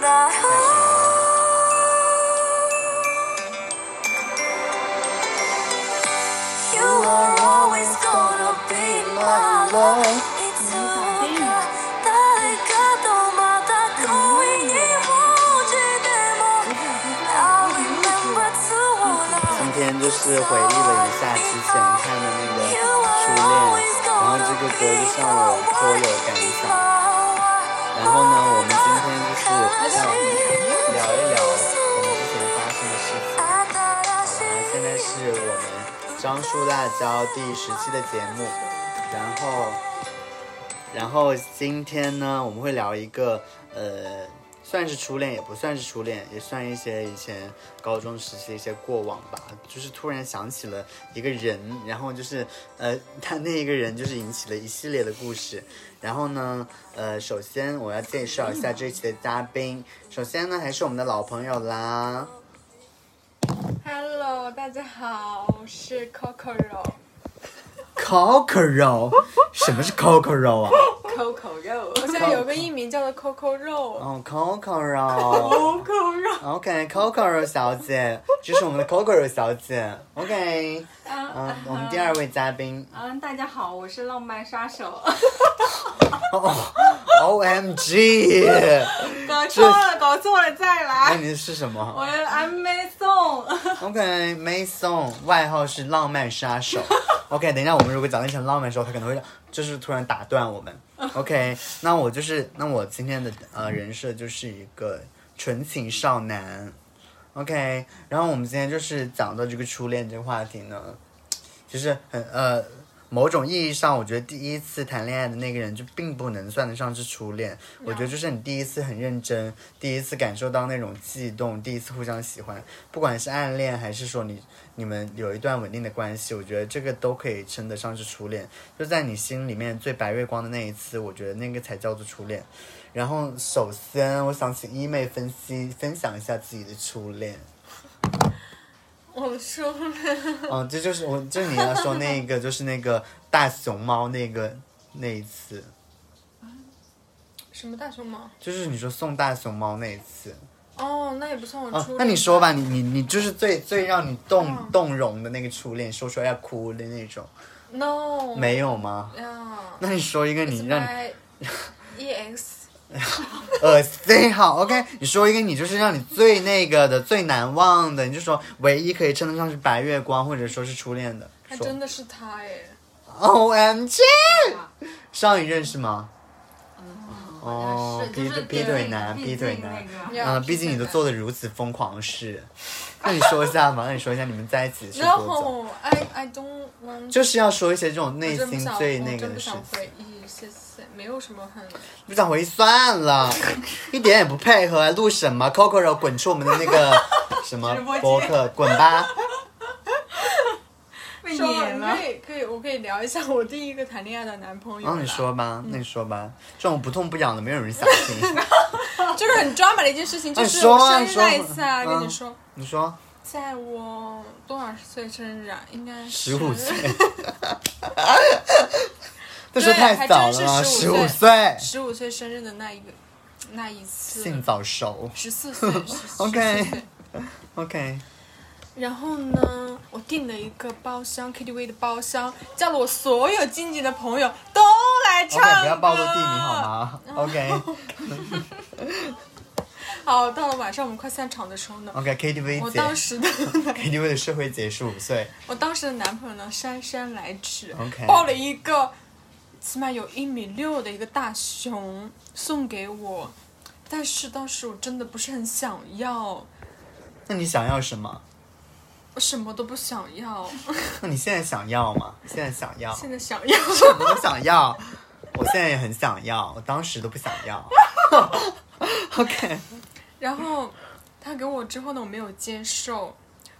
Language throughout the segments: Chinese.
that home. You are always gonna be my love. It's okay. 誰かとまた恋に落ちても I'll remember to 今 love. 天就是回忆了一下之前看的那个 You 初 are 恋 always，然后 gonna 这个歌 be 就上了颇 my 有感想。 love. 然后呢，我们今天就是要聊一聊我们之前发生的事情。好啦，现在是我们樟树辣椒第十期的节目，然后，然后今天呢，我们会聊一个呃，算是初恋，也不算是初恋，也算一些以前高中时期的一些过往吧。就是突然想起了一个人，然后就是呃，他那一个人就是引起了一系列的故事。然后呢，呃，首先我要介绍一下这一期的嘉宾，首先呢还是我们的老朋友啦。 Hello，大家好，我是 Coco 肉 Coco 肉，什么是 Coco 肉啊？ ，Coco 肉我现在有个艺名叫做 Coco 肉，哦、c o c o 肉，Coco 肉， ，OK，Coco 肉小姐，这是我们的 Coco 肉小姐，OK，嗯、嗯我们第二位嘉宾嗯，大家好，我是浪漫杀手， 哦，OMG，搞错了，搞错了，再那来，你是什我么是 M A 宋， ？OK，Mason，外号是浪漫杀手。OK，等一下，我们如果讲一成浪漫的时候，他可能会就是突然打断我们。OK，那我就是那我今天的呃人设就是一个纯情少男。OK，然后我们今天就是讲到这个初恋这个话题呢，其实很呃，某种意义上，我觉得第一次谈恋爱的那个人就并不能算得上是初恋。我觉得就是你第一次很认真，第一次感受到那种悸动，第一次互相喜欢，不管是暗恋还是说你你们有一段稳定的关系，我觉得这个都可以称得上是初恋。就在你心里面最白月光的那一次，我觉得那个才叫做初恋。然后，首先我想请一妹分析分享一下自己的初恋。我的初恋，嗯，这就是我，就是你要说那个，就是那个大熊猫那个那一次，什么大熊猫？就是你说送大熊猫那一次哦，那也不算我啊初恋。。嗯那你说吧，你你你就是最最让你动动容的那个初恋，说出来要哭的那种， ？No，没有吗？呀哎那你说一个你让你，My E EX 恶心好，OK，你说一个你就是让你最那个的、最难忘的，你就说唯一可以称得上是白月光或者说是初恋的，还说真的是他哎， OMG，上一任是吗？哦，嗯是劈就是劈腿男，毕劈竟腿那男，个呀嗯，毕竟你都做的如此疯狂的事，那你说一下嘛？那你说一下你们在一起是多哦久？ No，I I don't want，就是要说一些这种我内真不心想，最我那个真的不事想情，回忆，谢谢，没有什么很。不想回忆算 了，一点也不配合，啊录什么？Coco 肉滚出我们的 那个什么直播间博客，滚 吧！被说撵了可，以可以，我可以聊一下我第一个谈恋爱的男朋然友。哦啊后你，说吧，那你说吧，这种不痛不痒的，没有人想 听。 就是很 drama 的一件事情，就哎是说我啊生日那一说次啊，跟嗯你说。你说，在我多少岁生日啊？应该，十五岁 这说太早了啦，还真是十五15岁，十五岁生日的那一个那一次，性早熟。十四岁 OK 14岁 OK，然后呢，我订了一个包厢 KTV 的包厢，叫了我所有经纪的朋友都来唱啊 OK，歌。不要暴露地名好？吗？OK 好，到了晚上我们快散场的时候呢， OK 我 KTV 当哦 姐时的 ，KTV 的社会姐十五岁，我当时的男朋友呢姗姗来迟 OK 抱了一个起码有一米六的一个大熊送给我，但是当时我真的不是很想要，那你想要什么？我什么都不想要，那你现在想要吗？现在想要，现在想要。我都想要，我现在也很想要，我当时都不想要。OK，然后他给我之后呢，我没有接受。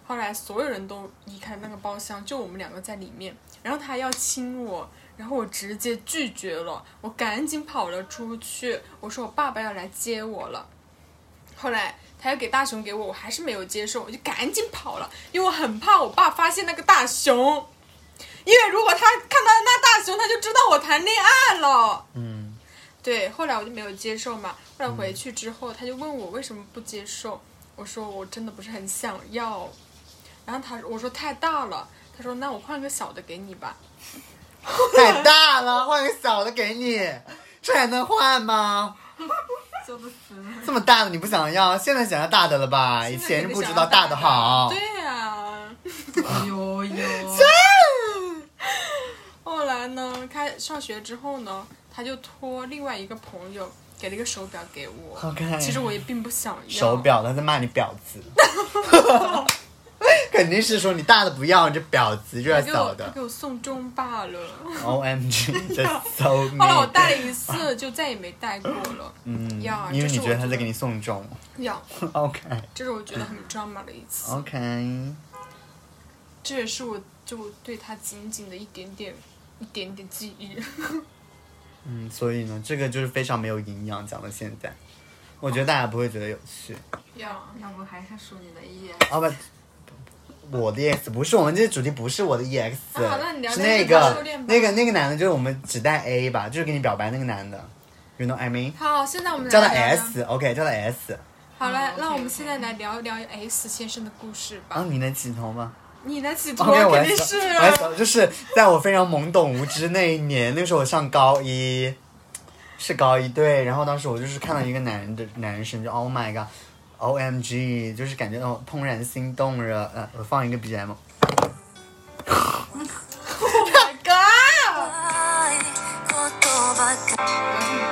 后来所有人都离开那个包厢，就我们两个在里面。然后他要亲我，然后我直接拒绝了，我赶紧跑了出去。我说我爸爸要来接我了。后来他要给大熊给我，我还是没有接受，我就赶紧跑了，因为我很怕我爸发现那个大熊，因为如果他看到那大熊，他就知道我谈恋爱了。嗯，对，后来我就没有接受嘛。后来回去之后，他就问我为什么不接受，我说我真的不是很想要。然后他我说太大了，他说那我换个小的给你吧。太大了，换个小的给你，这还能换 吗？做不死。这么大的你不想要，现在想要大的了吧？以前是不知道大的好。对 啊。哎呦 呦，后来呢，开上学之后呢，他就托另外一个朋友给了一个手表给我。 OK 其实我也并不想要。哎手。表，他在骂你婊子， 肯定是说你大的不要，你这婊子就他要给小我他的给。我送中罢了。 O M G，这 so 后来我 mean。戴了一次，就再也没戴过了。嗯呀，因为这你是觉得我他在给你嗯送钟。呀， OK 这是我觉得很 drama 的一次， OK，这也是我就对他仅仅的一点点、一点点记忆。 嗯，所以呢，这个就是非常没有营养，讲到现在，我觉得大家不会觉得有趣。呀，要不还是数你的 ES。啊不，我的 EX 不是我们这个主题不是我的 EX，、 啊好那你聊是那那个吧个修炼吧那个那个男的，就是我们只带 A 吧，就是给你表白那个男的，you know what I mean？好，现在我们叫他哦来聊聊 S，OK，、叫他 S。好了，嗯那我们 OK，OK 现在来聊一聊 S 先生的故事然吧啊后。你能起头吗你来起头哦？OK，我肯来定起是啊 Oh 头，我来起头，就是在我非常懵懂无知那一年，那个时候我上高一，是高一对，然后当时我就是看到一个男的男生，就 Oh my God，O M G，就是感觉到怦然心动了。呃，我放一个 B M。 Oh my god！我 But 要去抓上一个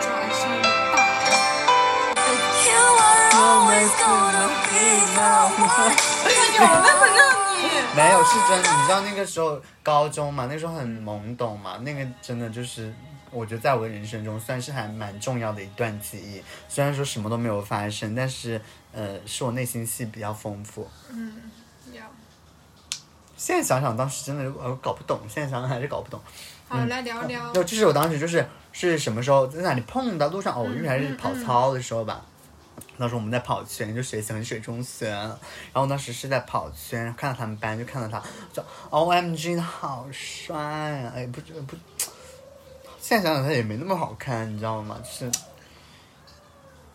大 you are always gonna be my one. 有那么让你没有，是真的。你知道那个时候高中嘛，那时候很懵懂嘛，那个真的就是，我觉得在我的人生中算是还蛮重要的一段记忆。虽然说什么都没有发生，但是呃，是我内心戏比较丰富。呀？现在想想，当时真的呃搞不懂，现在想想还是搞不懂。好，来聊聊就就是我当时就是是什么时候在哪里碰到路上偶遇，还是跑操的时候吧。当时我们在跑圈，就学习衡水中学，然后当时是在跑圈，然后看到他们班就看到他，就哦 O M G 他好帅啊！哎，不知不，现在想想他也没那么好看，你知道吗？就是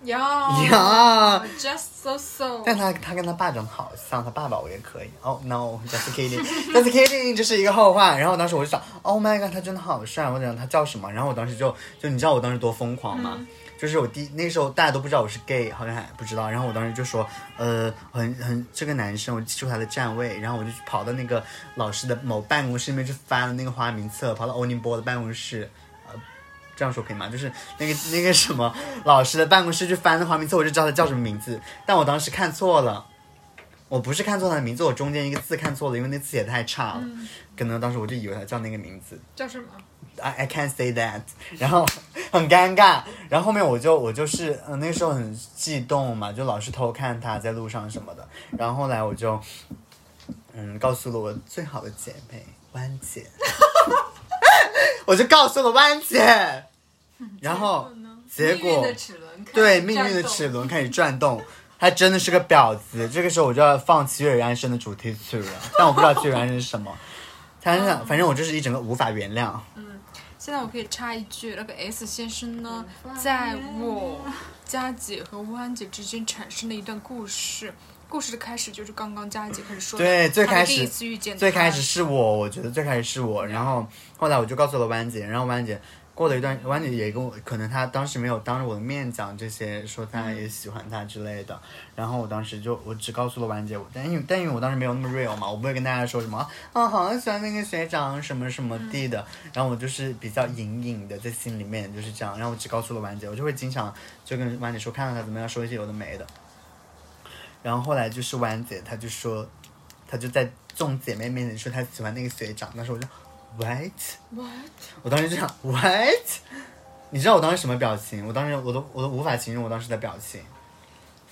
呀呀， ，just so so。但他他跟他爸长得好像，他爸爸我也可以。哦、no，just kidding，just kidding，这是一个后话。然后当时我就想，Oh my god，他真的好帅，我想他叫什么？然后我当时就就你知道我当时多疯狂吗？就是我第那时候大家都不知道我是 gay，好像还不知道。然后我当时就说，呃，很很这个男生，我记住他的站位，然后我就跑到那个老师的某办公室里面去翻了那个花名册，跑到欧宁波的办公室。呃这样说可以吗？就是那个那个什么老师的办公室去翻的花名册，我就知道他叫什么名字，但我当时看错了，我不是看错他的名字，我中间一个字看错了，因为那字写得太差了，可能当时我就以为他叫那个名字叫什么？ ，I I can't say that，然 后很尴尬，然后后面我就我就是嗯、呃那时候很悸动嘛，就老是偷看他在路上什么的，然后后来我就嗯告诉了我最好的姐妹弯姐，我就告诉了弯姐，然后结命运果的齿轮开始对命运转的动齿轮开始转动，他真的是个婊子。这个时候我就要放七月安生的主题曲了，但我不知道七月安生是什么。反正反正我就是一整个无法原谅。现在我可以插一句，那个嗯 S 先生呢，在我佳姐和弯姐之间产生了一段故事。故事的开始就是刚刚佳姐开始说的，对，最她的开第一始次遇见他，最开始是我，我觉得最开始是我，然后后来我就告诉了弯姐，然后弯姐过了一段，弯姐也跟我，可能她当时没有当着我的面讲这些，说嗯她也喜欢他之类的，然后我当时就我只告诉了弯姐，我但因为但因为我当时没有那么 real 嘛，我不会跟大家说什么啊，好像喜欢那个学长什么什么地的，嗯然后我就是比较隐隐的在心里面就是这样，然后我只告诉了弯姐，我就会经常就跟弯姐说看看她怎么样，说一些有的没的，然后后来就是弯姐她就说。她就在众姐妹面前说她喜欢那个学长，当时我就 what， what 我当时就想 what，你知道我当时什么表情？我当时我都我都无法形容我当时的表情，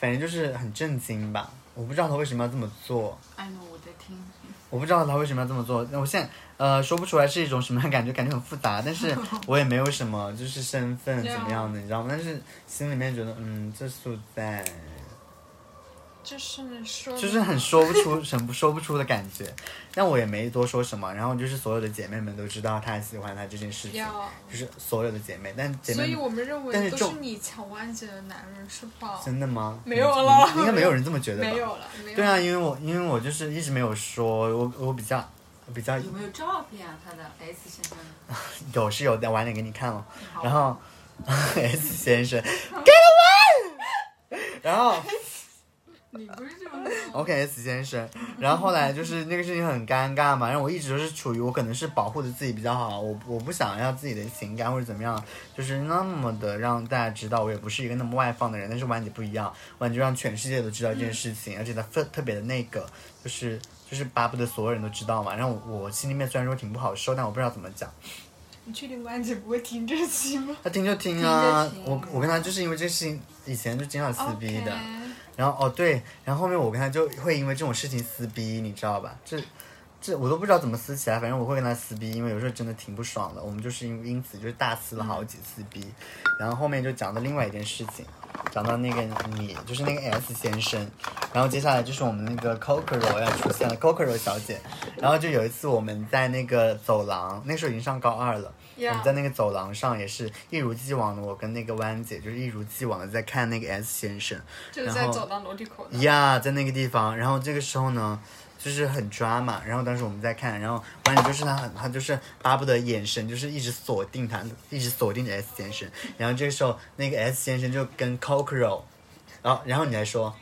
反正就是很震惊吧。我不知道他为什么要这么做，哎呦，我在听。我不知道他为什么要这么做。那我现在呃说不出来是一种什么样的感觉，感觉很复杂，但是我也没有什么就是身份怎么样的，你知道吗？但是心里面觉得嗯，这是在就是说，就是很说不出、什么说不出的感觉。但我也没多说什么，然后就是所有的姐妹们都知道他喜欢她这件事情要，就是所有的姐妹，但姐所妹以我们认但是为都是重你抢完姐的男人是吧？真的吗？嗯没有了应该没有人这么觉得吧？没有了，没有对啊，因为我因为我就是一直没有说，我我比较比较有没有照片啊？他的 S 先生，有是有的，晚点给你看了。好然后 S 先生，给我玩。然后你不是这么哦说 OK S 先生，然后后来就是那个事情很尴尬嘛，然后我一直都是处于我可能是保护的自己比较好，我我不想让自己的情感或者怎么样，就是那么的让大家知道，我也不是一个那么外放的人，但是婉姐不一样，婉姐让全世界都知道这件事情，而且她特特别的那个，就是就是巴不得所有人都知道嘛，然后我我心里面虽然说挺不好受，但我不知道怎么讲。你确定安姐不会听这期 吗他听就听啊，听就听我我跟他就是因为这事情以前就经常撕逼的 OK 然后哦对，然后后面我跟他就会因为这种事情撕逼，你知道吧？这这我都不知道怎么撕起来，反正我会跟他撕逼，因为有时候真的挺不爽的。我们就是因因此就是大撕了好几次逼，然后后面就讲到另外一件事情，讲到那个你就是那个 S 先生，然后接下来就是我们那个 Cocoro 要出现了，Cocoro 小姐，然后就有一次我们在那个走廊，那时候已经上高二了。我们在那个走廊上也是一如既往的，我跟那个弯姐就是一如既往的在看那个 S 先生就是在走到楼梯口的。呀在那个地方。然后这个时候呢，就是很抓嘛。然后当时我们在看，然后弯姐就是她很，她就是巴不得眼神就是一直锁定他，一直锁定着 S 先生。然后这个时候那个 S 先生就跟 Cocoro，然后然后你来说，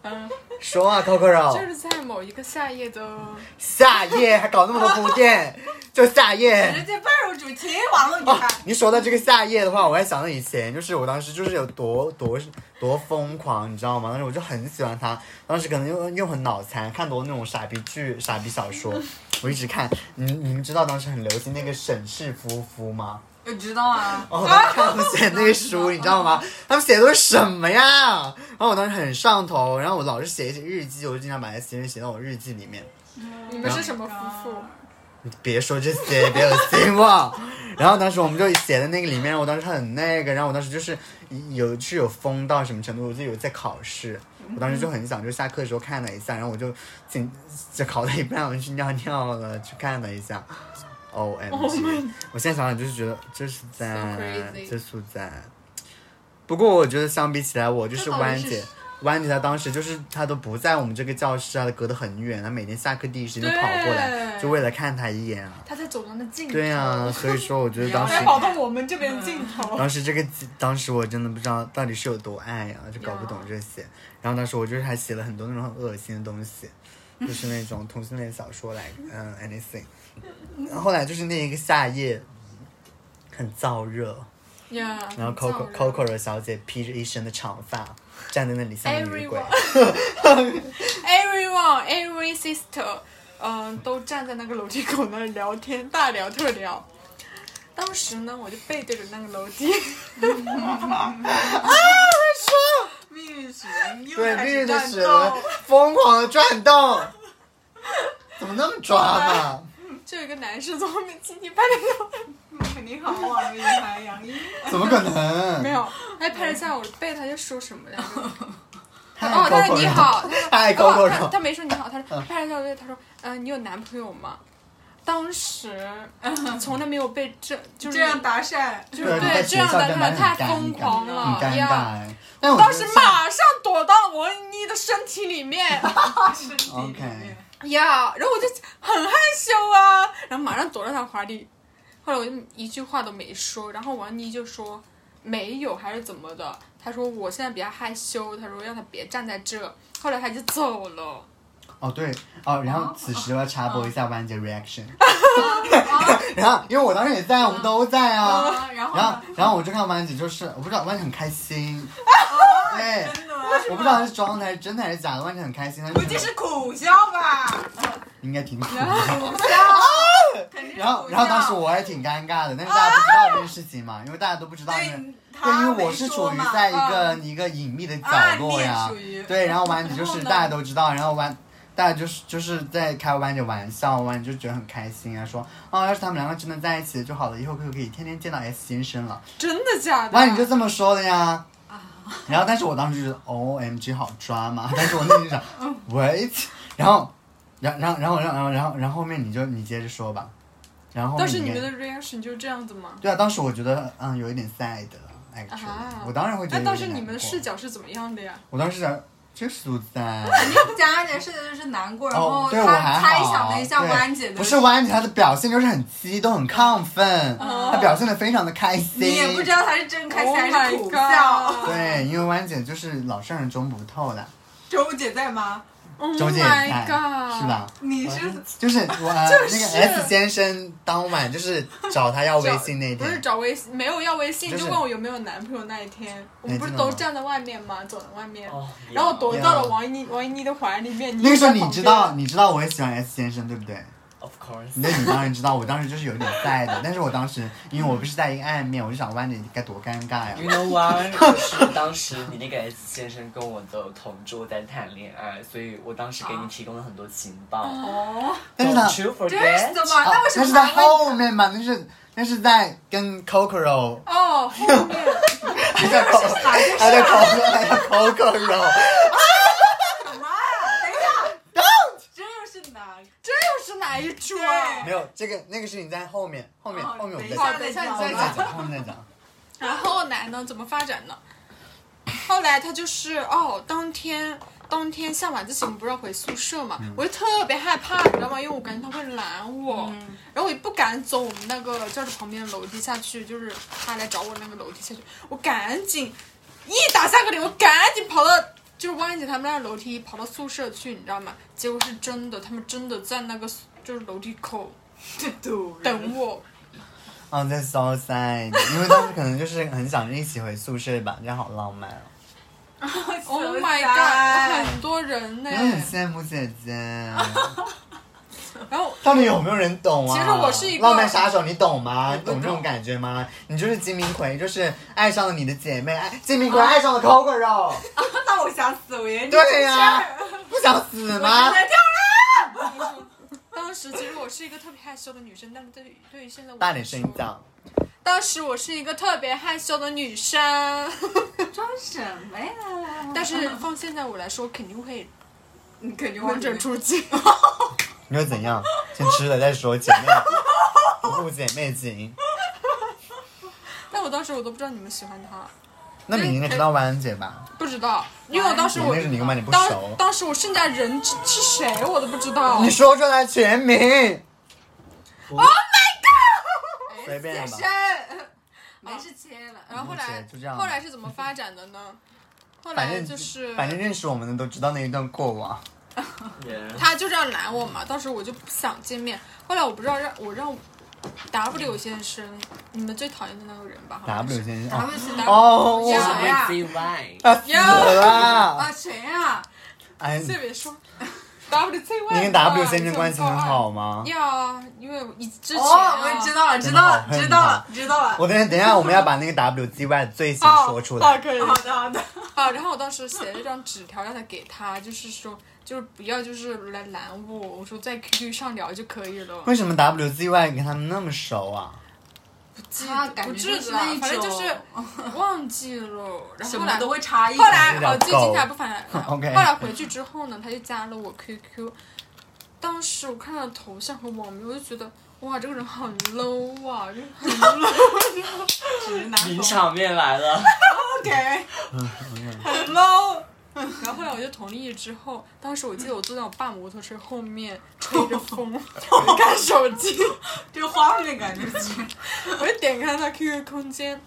嗯，说啊 Cocoro，就是在某一个夏夜嗯的，夏夜还搞那么多铺垫，就夏夜。直接奔入主题，网络女孩。 你说到这个夏夜的话，我还想到以前，就是我当时就是有多多多疯狂，你知道吗？当时我就很喜欢他，当时可能又又很脑残，看多那种傻逼剧、傻逼小说，我一直看。你你们知道当时很流行那个沈氏夫妇吗？我知道啊，哦，我当时看他们写那个书，你知道吗？他们写的都是什么呀？然后我当时很上头，然后我老是写一些日记，我就经常把那些写到我日记里面。你们是什么夫妇？别说这些，别恶心我。 然后当时我们就写在那个里面，我当时很那个，然后我当时就是有是有疯到什么程度，我就有在考试，嗯我当时就很想，就下课的时候看了一下，然后我就进就考到一半，我去尿尿了，去看了一下。O M G！我现在想想就是觉得这是在 Oh So crazy 这是在。不过我觉得相比起来，我就是这到底弯是姐，弯姐她当时就是她都不在我们这个教室啊，她隔得很远，她每天下课第一时间就跑过来，对就为了看她一眼啊。他在走廊的尽头，对啊，所以说我觉得当时还跑到我们这边尽头。当时这个当时我真的不知道到底是有多爱呀、就搞不懂这些。嗯然后当时我就是还写了很多那种很恶心的东西，就是那种同性恋小说来，嗯，anything。然后后来就是那一个夏夜，很燥热，呀，然后 Coco Coco 的小姐披着一身的长发站在那里像个女鬼 Everyone，everyone every sister，嗯、都站在那个楼梯口那儿聊天，大聊特聊。当时呢，我就背对着那个楼梯，嗯 啊命运石，又对，开绿始绿的战蛇斗。疯狂的转动，怎么那么抓嘛？就有一个男士从后面轻轻拍了个你嗯好，网络女孩杨一。怎么可能？没有，他拍了一下我的背，他就说什么来着？太哦，他 Coco 说你了好，太 他说 Coco 哦他了他没说你好，他说拍了一下我背，他说嗯、呃你有男朋友吗？当时、嗯从来没有被这就是这样搭讪，就是对在对这学样校的真的人太很尴疯尬狂很了，很尴尬呀。哎。但我当觉时得像马上躲到我你的身体里面 身体里 OK 面呀然后我就很害羞啊，然后马上躲到他怀里，后来我就一句话都没说，然后王妮就说没有还是怎么的，他说我现在比较害羞，他说让他别站在这，后来他就走了，哦对哦，然后此时我要插播一下婉姐 reaction，然后因为我当时也在，我们都在啊。哦啊，然后然后呢？，然后我就看婉姐，就是我不知道婉姐很开心，哦对，真的吗？我不知道她是装的还是真的还是假的，婉姐很开心，估她计就是苦笑吧，应该挺苦 的。苦笑。肯定是然后，苦然后当笑时我还挺尴尬的，但是大家不知道这件事情嘛，因为大家都不知道那啊个。对，对，他因为我是没处说于嘛在一啊个一个隐秘的角落呀暗恋属于，对，然后完你就然后是呢大家都知道，然后完大家就是就是在开完就玩笑，完你就觉得很开心啊，说哦，要是他们两个真的在一起就好了，以后可以可以天天见到 S 先生了，真的假的？啊完你就这么说的呀，然后但是我当时就觉得哦 O M G 好抓嘛， 但是我内心就想嗯 wait，然后，然然后然后然后然后然后然后后面你就你接着说吧，然后但是里你面们的 reaction 就是这样子吗？对啊，当时我觉得嗯有一点 sad 了，actually，、啊我当然会觉得那有点当时你难们过的视，角是怎么样的呀？我当时想这苏 赞。讲安姐是就是难过，然哦后，对我还他好。猜想了一下对安姐的，不是弯姐，她的表现就是很激动、很亢奋，她表现的非常的开心。哦你也不知道她是真开心 Oh 还是 my 苦 god 笑。对，因为弯姐就是老是让人中不透的，周姐在吗？ Oh 周姐也 my 在 god！哎是？吧？你是就是我、呃那个 S 先生当晚就是找他要微信那不是天，找微信，没有要微信，就是哎就问我有没有男朋友那一天，我们不是真的吗都站在外面吗？走在外面，哦然后我躲到呀了王一妮王一妮的怀里面。那个时候就在你旁知边道，你知道我也喜欢 S 先生，对不对？ Of course，那你当然知道，我当时就是有点在的，但是我当时因为我不是在一个暗面，我就想弯姐该多尴尬呀。 You know why？就是当时你那个 S 先生跟我的同桌在谈恋爱，所以我当时给你提供了很多情报。哦，但是呢， Don't you 真是 forget？的啊吗？那为什哎那么是在还问后面嘛，那是那是在跟 Coco 哦，后面还在 Coco 还在 Coco 还在 Coco 肉，什么啊？等一下，这又是哪？这又是哪一桌啊？没有这个那个事情在后面，后面哦后面我们再好，讲，等一下等一你下再后面再讲，后面讲。再讲。然后来呢？怎么发展呢？后来他就是哦，当天当天下晚自习，我们不是要回宿舍嘛，我就特别害怕，你知道吗？因为我感觉他会拦我，然后我也不敢走我们那个教室旁边的楼梯下去，就是他来找我那个楼梯下去，我赶紧一打下课铃，我赶紧跑到就是汪姐他们那楼梯，跑到宿舍去，你知道吗？结果是真的，他们真的在那个宿就是楼梯口这堵人等我，啊，在 so sad，因为当时可能就是很想一起回宿舍吧，这样好浪漫哦。 Oh so my sad god，很多人呢、我很羡慕姐姐，然后 到底有没有人懂啊？其实我是一个浪漫杀手，你懂吗？你不懂懂这种感觉吗？你就是金明奎，就是爱上了你的姐妹，爱金明啊奎爱上了 Coco 肉， 那我想死，我也对呀、不想死吗？当时其实我是一个特别害羞的女生，但是对于对于现在我大点声音讲。当时我是一个特别害羞的女生， 装什么呀？但是放现在我来说，肯定会你肯定会忍者出击。你会怎样？先吃了再说，姐 妹，不顾姐妹情。 但我当时我都不知道你们喜欢他，那你应该知道婉姐吧？不知道，因为我当时我那是你跟婉姐不熟当。当时我剩下人是是谁我都不知道你。说出来全名，啊随便吧。深，没事切了。哎然后后来了解就这样后来是怎么发展的呢？后 反来正就是反正认识我们的都知道那一段过往。 Yeah 他就是要拦我嘛，当时我就不想见面。后来我不知道让我让 W 先生，你们最讨厌的那个人吧好像 W 是先生，咱哦们是哦谁啊哇，呀？ Why？他死啊了！谁呀？哎，这啊别说 W C Y，你跟 W 先生关系很好吗？要啊，因为以之前、啊哦，我知。道了，知道了，知道了，知道了。我等下等一下我们要把那个 W G Y 的罪行说出哦，来。可以好的，好的。啊！然后我当时写了一张纸条让他给他，就是说，就是不要就是来拦我，我说在 QQ 上聊就可以了。为什么 W G Y 跟他们那么熟啊？他感不觉至就于是啦那一，反正就是种忘记了。然后什后么来都会插一。后来有点哦，最高精彩不反 来后 OK 来回去之后呢，他就加了我 QQ。当时我看到头像和网名，我就觉得哇，这个人很 low 啊，就是很 low，直 男名场面来了，嗯 OK，很 low。然后后来我就同意之后，当时我记得我坐在我爸摩托车后面，吹 着风看手机，这画面感觉是 我就点开他 QQ 空间，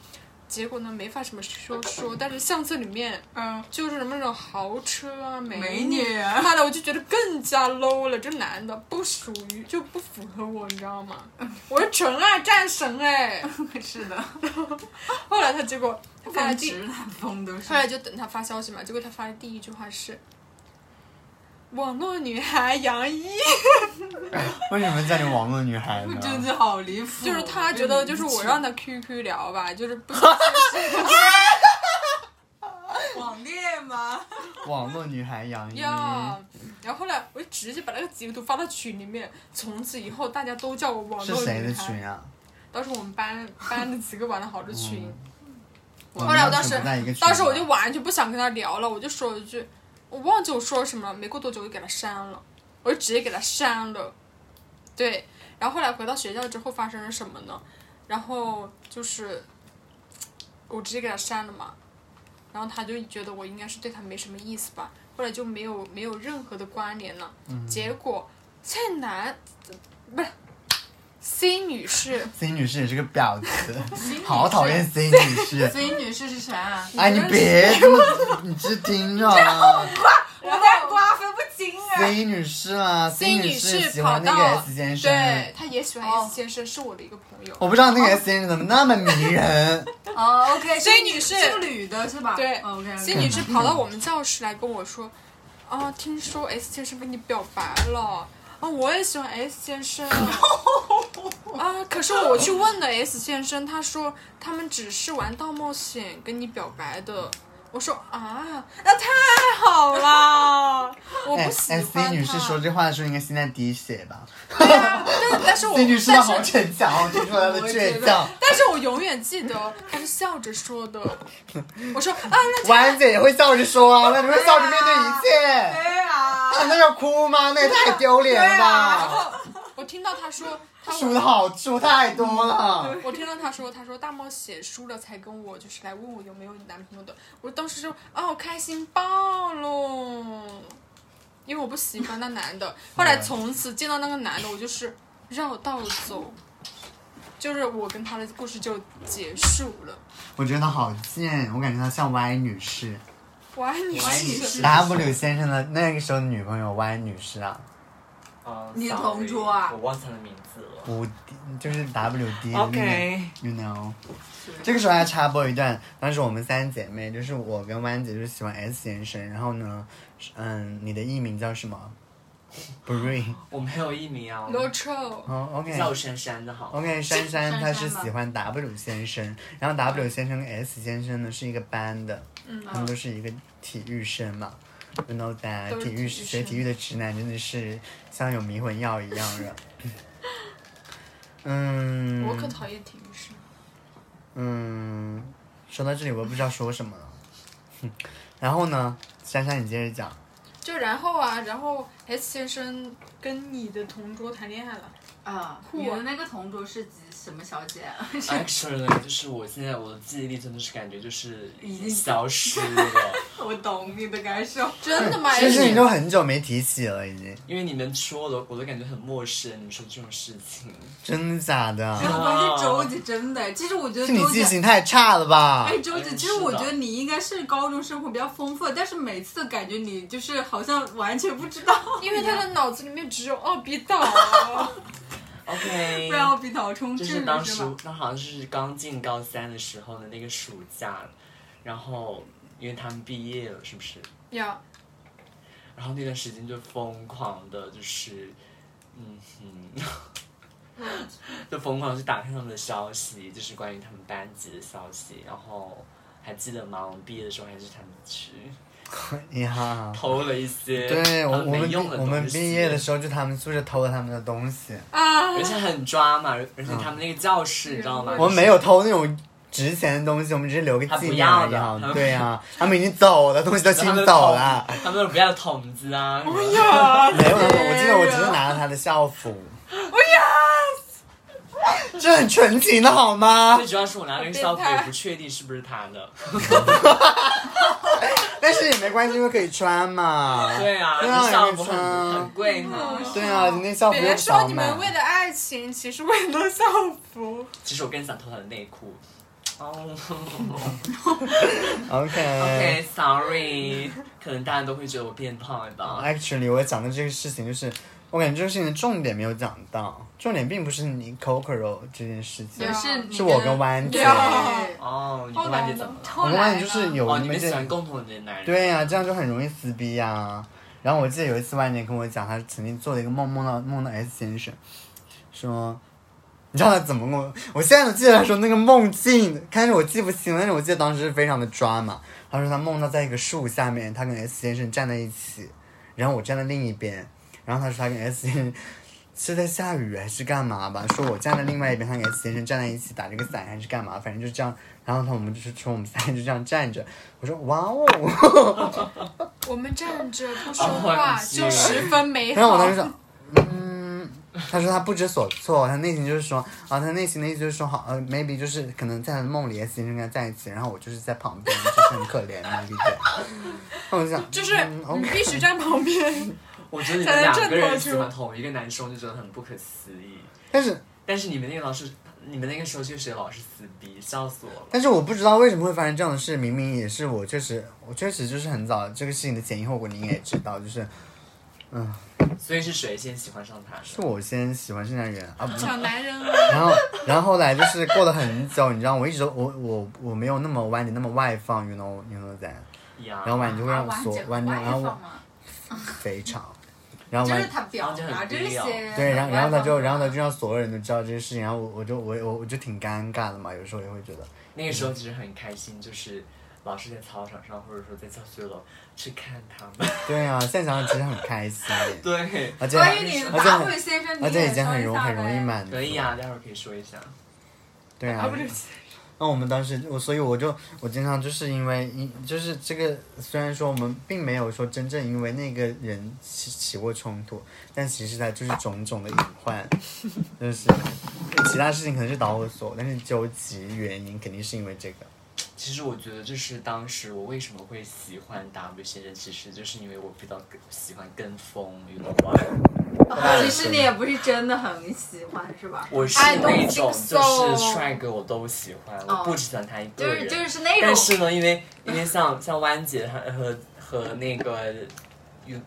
结果呢没法什么说说，但是相册里面呃嗯，就是什么那种豪车啊、美美女女啊妈的，我就觉得更加 low 了。这男的不属于，就不符合我，你知道 吗？我是纯爱战神哎。 是的，后来他结果他发的跟第，直男风都是后。来就等他发消息嘛，结果他发的第一句话是：“网络女孩杨一。为什么叫你网络女孩 呢？真的好离”谱，就是他觉得就是我让他 QQ 聊吧，就是不想网恋吗？网络女孩杨一。要。然后后来我就直接把那个截图发到群里面，从此以后大家都叫我网是络谁女的孩群。啊？哦当时我们班班的几个玩的好的群，我后们来要我当时全部在一个群，当时我就完全不想跟他聊了，我就说一句，我忘记我说了什么了。没过多久我就给他删了，我就直接给他删了。对，然后后来回到学校之后发生了什么呢？然后就是我直接给他删了嘛，然后他就觉得我应该是对他没什么意思吧，后来就没有没有任何的关联了。嗯结果蔡楠不是 C 女士， C 女士也是个婊子， 好讨厌 C 女士。所以女士是谁啊？哎，你别这么，你只听着 啊我在瓜分不清啊！ ，C 女士啊 C 女女士士喜跑欢那个到 S 先生，对，哦他也喜欢哦 S 先生，是我的一个朋友。我不知道那个 S 先生怎么那么迷 人。哎哦，OK，所以女士是个女哦的是吧？对，OK，仙女是跑到我们教室来跟我说，啊，听说 S 先生跟你表白了，啊，我也喜欢 S 先生，啊，可是我去问了 S 先生，他说他们只是玩大冒险跟你表白的。我说啊，那太好了，我哎不喜哎欢他。 ，C 女士说这话的时候应该心在滴血吧但但是我？C 女士但是好逞强，我听出她的倔强。但是我永远记得她是笑着说的。我说啊，那丸姐也会笑着说啊，那你会笑着面对一切。对啊，啊，那要哭吗？那也太丢脸了然吧！后我听到她说，她输的好处太多了。我听到他说，他说大冒险输了才跟我就是来问我有没有男朋友的，我当时就哦开心爆了，因为我不喜欢那男的。后嗯来从此见到那个男的，我就是绕道走，就是我跟他的故事就结束了。我觉得她好贱，我感觉她像 Y 女士我爱你，我爱你是，W 先生的那个时候的女朋友 Y 女士啊，啊你的 sorry，同桌啊我忘记他的名字了。无敌就是 WD 的那个 OK， You know，这个时候要插播一段，当时我们三姐妹，就是我跟弯姐，就是喜欢 S 先生。然后呢，是嗯，你的艺名叫什么 b r e e 我没有艺名啊，罗臭，哦，OK、 o 叫我 k 珊珊的好。 OK，珊珊珊珊她是吧喜欢 W 先生，然后 W 先生跟 S 先生呢是一个班的，嗯他们都是一个体育生嘛。You know that，都是体育体育学体育的直男真的是像有迷魂药一样 的。嗯，我可讨厌体育生。嗯，说到这里，我也不知道说什么了。 然后呢，珊珊，你接着讲。就然后啊，然后 S 先生跟你的同桌谈恋爱了，啊，酷啊你的那个同桌是几什么小姐？啊 Actually，就是我现在我的记忆力真的是感觉就是已经消失了， 我懂你的感 受。真的吗？哎其实你 S 都很久没提起了，已经，因为你们说的我都感觉很陌生。你们说这种事情，真的假的？我关键周姐真的，其实我觉得是你周记姐。性太差了吧哎，？周姐，其实是的我觉得你应该是高中生活比较丰富的，但是每次感觉你就是好像完全不知道。因为他的脑子里面只有奥比岛。啊 OK，不要比脑充就斥是当时吗？，那好像是刚进高三的时候的那个暑假，然后因为他们毕业了，是不是？呀，然后那段时间就疯狂的，就是，嗯 哼，就疯狂地去打开他们的消息，就是关于他们班级的消息。然后还记得吗？我们毕业的时候还是他们去 呀，偷了一些对我他我没们毕用的我们东西哎毕业的时候就他们宿舍偷了他们的东西， 而且很抓嘛，而且他们那个教室，你知道吗？我们没有偷那种值钱的东西，我们只是留个他不纪念要而的他已。们对 呀，他们已经走了，东西都就是清他们的走桶了。，他们不要的桶子啊，什么没有，我记得我只是拿了他的校服。不要，这很纯情的好吗最？主要是我拿那个校服，也不确定是不是他的。但是也没关系，因为可以穿嘛。对啊，对啊那校有服人很穿很贵呢。对啊，你那校服又别不少说你买们为了爱情，其实为了校服。其实我更想偷他的内裤。哦 OK。 ，OK，Sorry，可能大家都会觉得我变胖了吧？ Actually，我讲的这个事情就是，我感觉这个事情的重点没有讲到，重点并不是你 Coco 这件事情对，啊是你是我的跟弯姐对，哦，你不管你怎么了？我后跟来弯呢姐就是哦，有你们喜这欢共同的男人。对呀、这样就很容易撕逼呀、然后我记得有一次万年跟我讲，他曾经做了一个梦，梦到梦到 S 先生，说，你知道他怎么跟我？我现在都记得他说那个梦境，开始我记不清，但是我记得当时是非常的抓嘛。他说他梦到在一个树下面，他跟 S 先生站在一起，然后我站在另一边，然后他说他跟 S 先生是在下雨还是干嘛吧？说我站在另外一边，他跟先生站在一起打这个伞还是干嘛？反正就这样。然后他我们就是说我们三个就这样站着，我说哇哦，我们站着不说哦话啊我就十分美然后我当时哎好。说，嗯，他说他不知所措，他内心就是说啊，他内心的意思就是说好，呃，maybe 就是可能在他的梦里，先生跟他在一起，然后我就是在旁边，就是很可怜 maybe 这样。然后我就想，就是嗯，OK 你必须站旁边，我觉得你才们能两个衬托人出喜欢同一个男生，就真的很不可思议。但是但是你们那个老师，你们那个数学学老师撕逼，笑死我了。但是我不知道为什么会发生这样的事，明明也是我确实，我确实就是很早这个事情的前因后果，你应该也知道，就是所以是谁先喜欢上他的？是我先喜欢圣诞人啊，不是。小男人啊，然后，然后后来就是过了很久，你知道，我一直都我我我没有那么弯，你那么外放，you know you know that，呀，然后完你就会让我啊锁姐弯，外然放后我嘛非常，然后就完是他表达这然后就很低些，对，然后然后他就然后他就就让所有人都知道这个事情，然后我我就我我我就挺尴尬的嘛，有时候也会觉得，那个时候其实很开心，就是老师在操场上，或者说在教学楼去看他们。 对啊，现在想想其实很开心，对，而且所以你而且打很会先生，而你且也啊已经很收容一下很容易呗。满足，可以啊，待会儿可以说一下。对啊啊，不是，那我们当时，我所以我就我经常就是因为因就是这个，虽然说我们并没有说真正因为那个人起起过冲突，但其实它就是种种的隐 患，就是其他事情可能是导火索，但是究其原因肯定是因为这个。其实我觉得，就是当时我为什么会喜欢 W 先生，其实就是因为我比较跟喜欢跟风，you know why？其实你也不是真的很喜欢，是吧？我是 I don't 那 think 种就是 so 帅哥我都喜欢，我不只喜欢他一个 就人。是就是哎那种但是呢，因为因为像像弯姐和和和那个有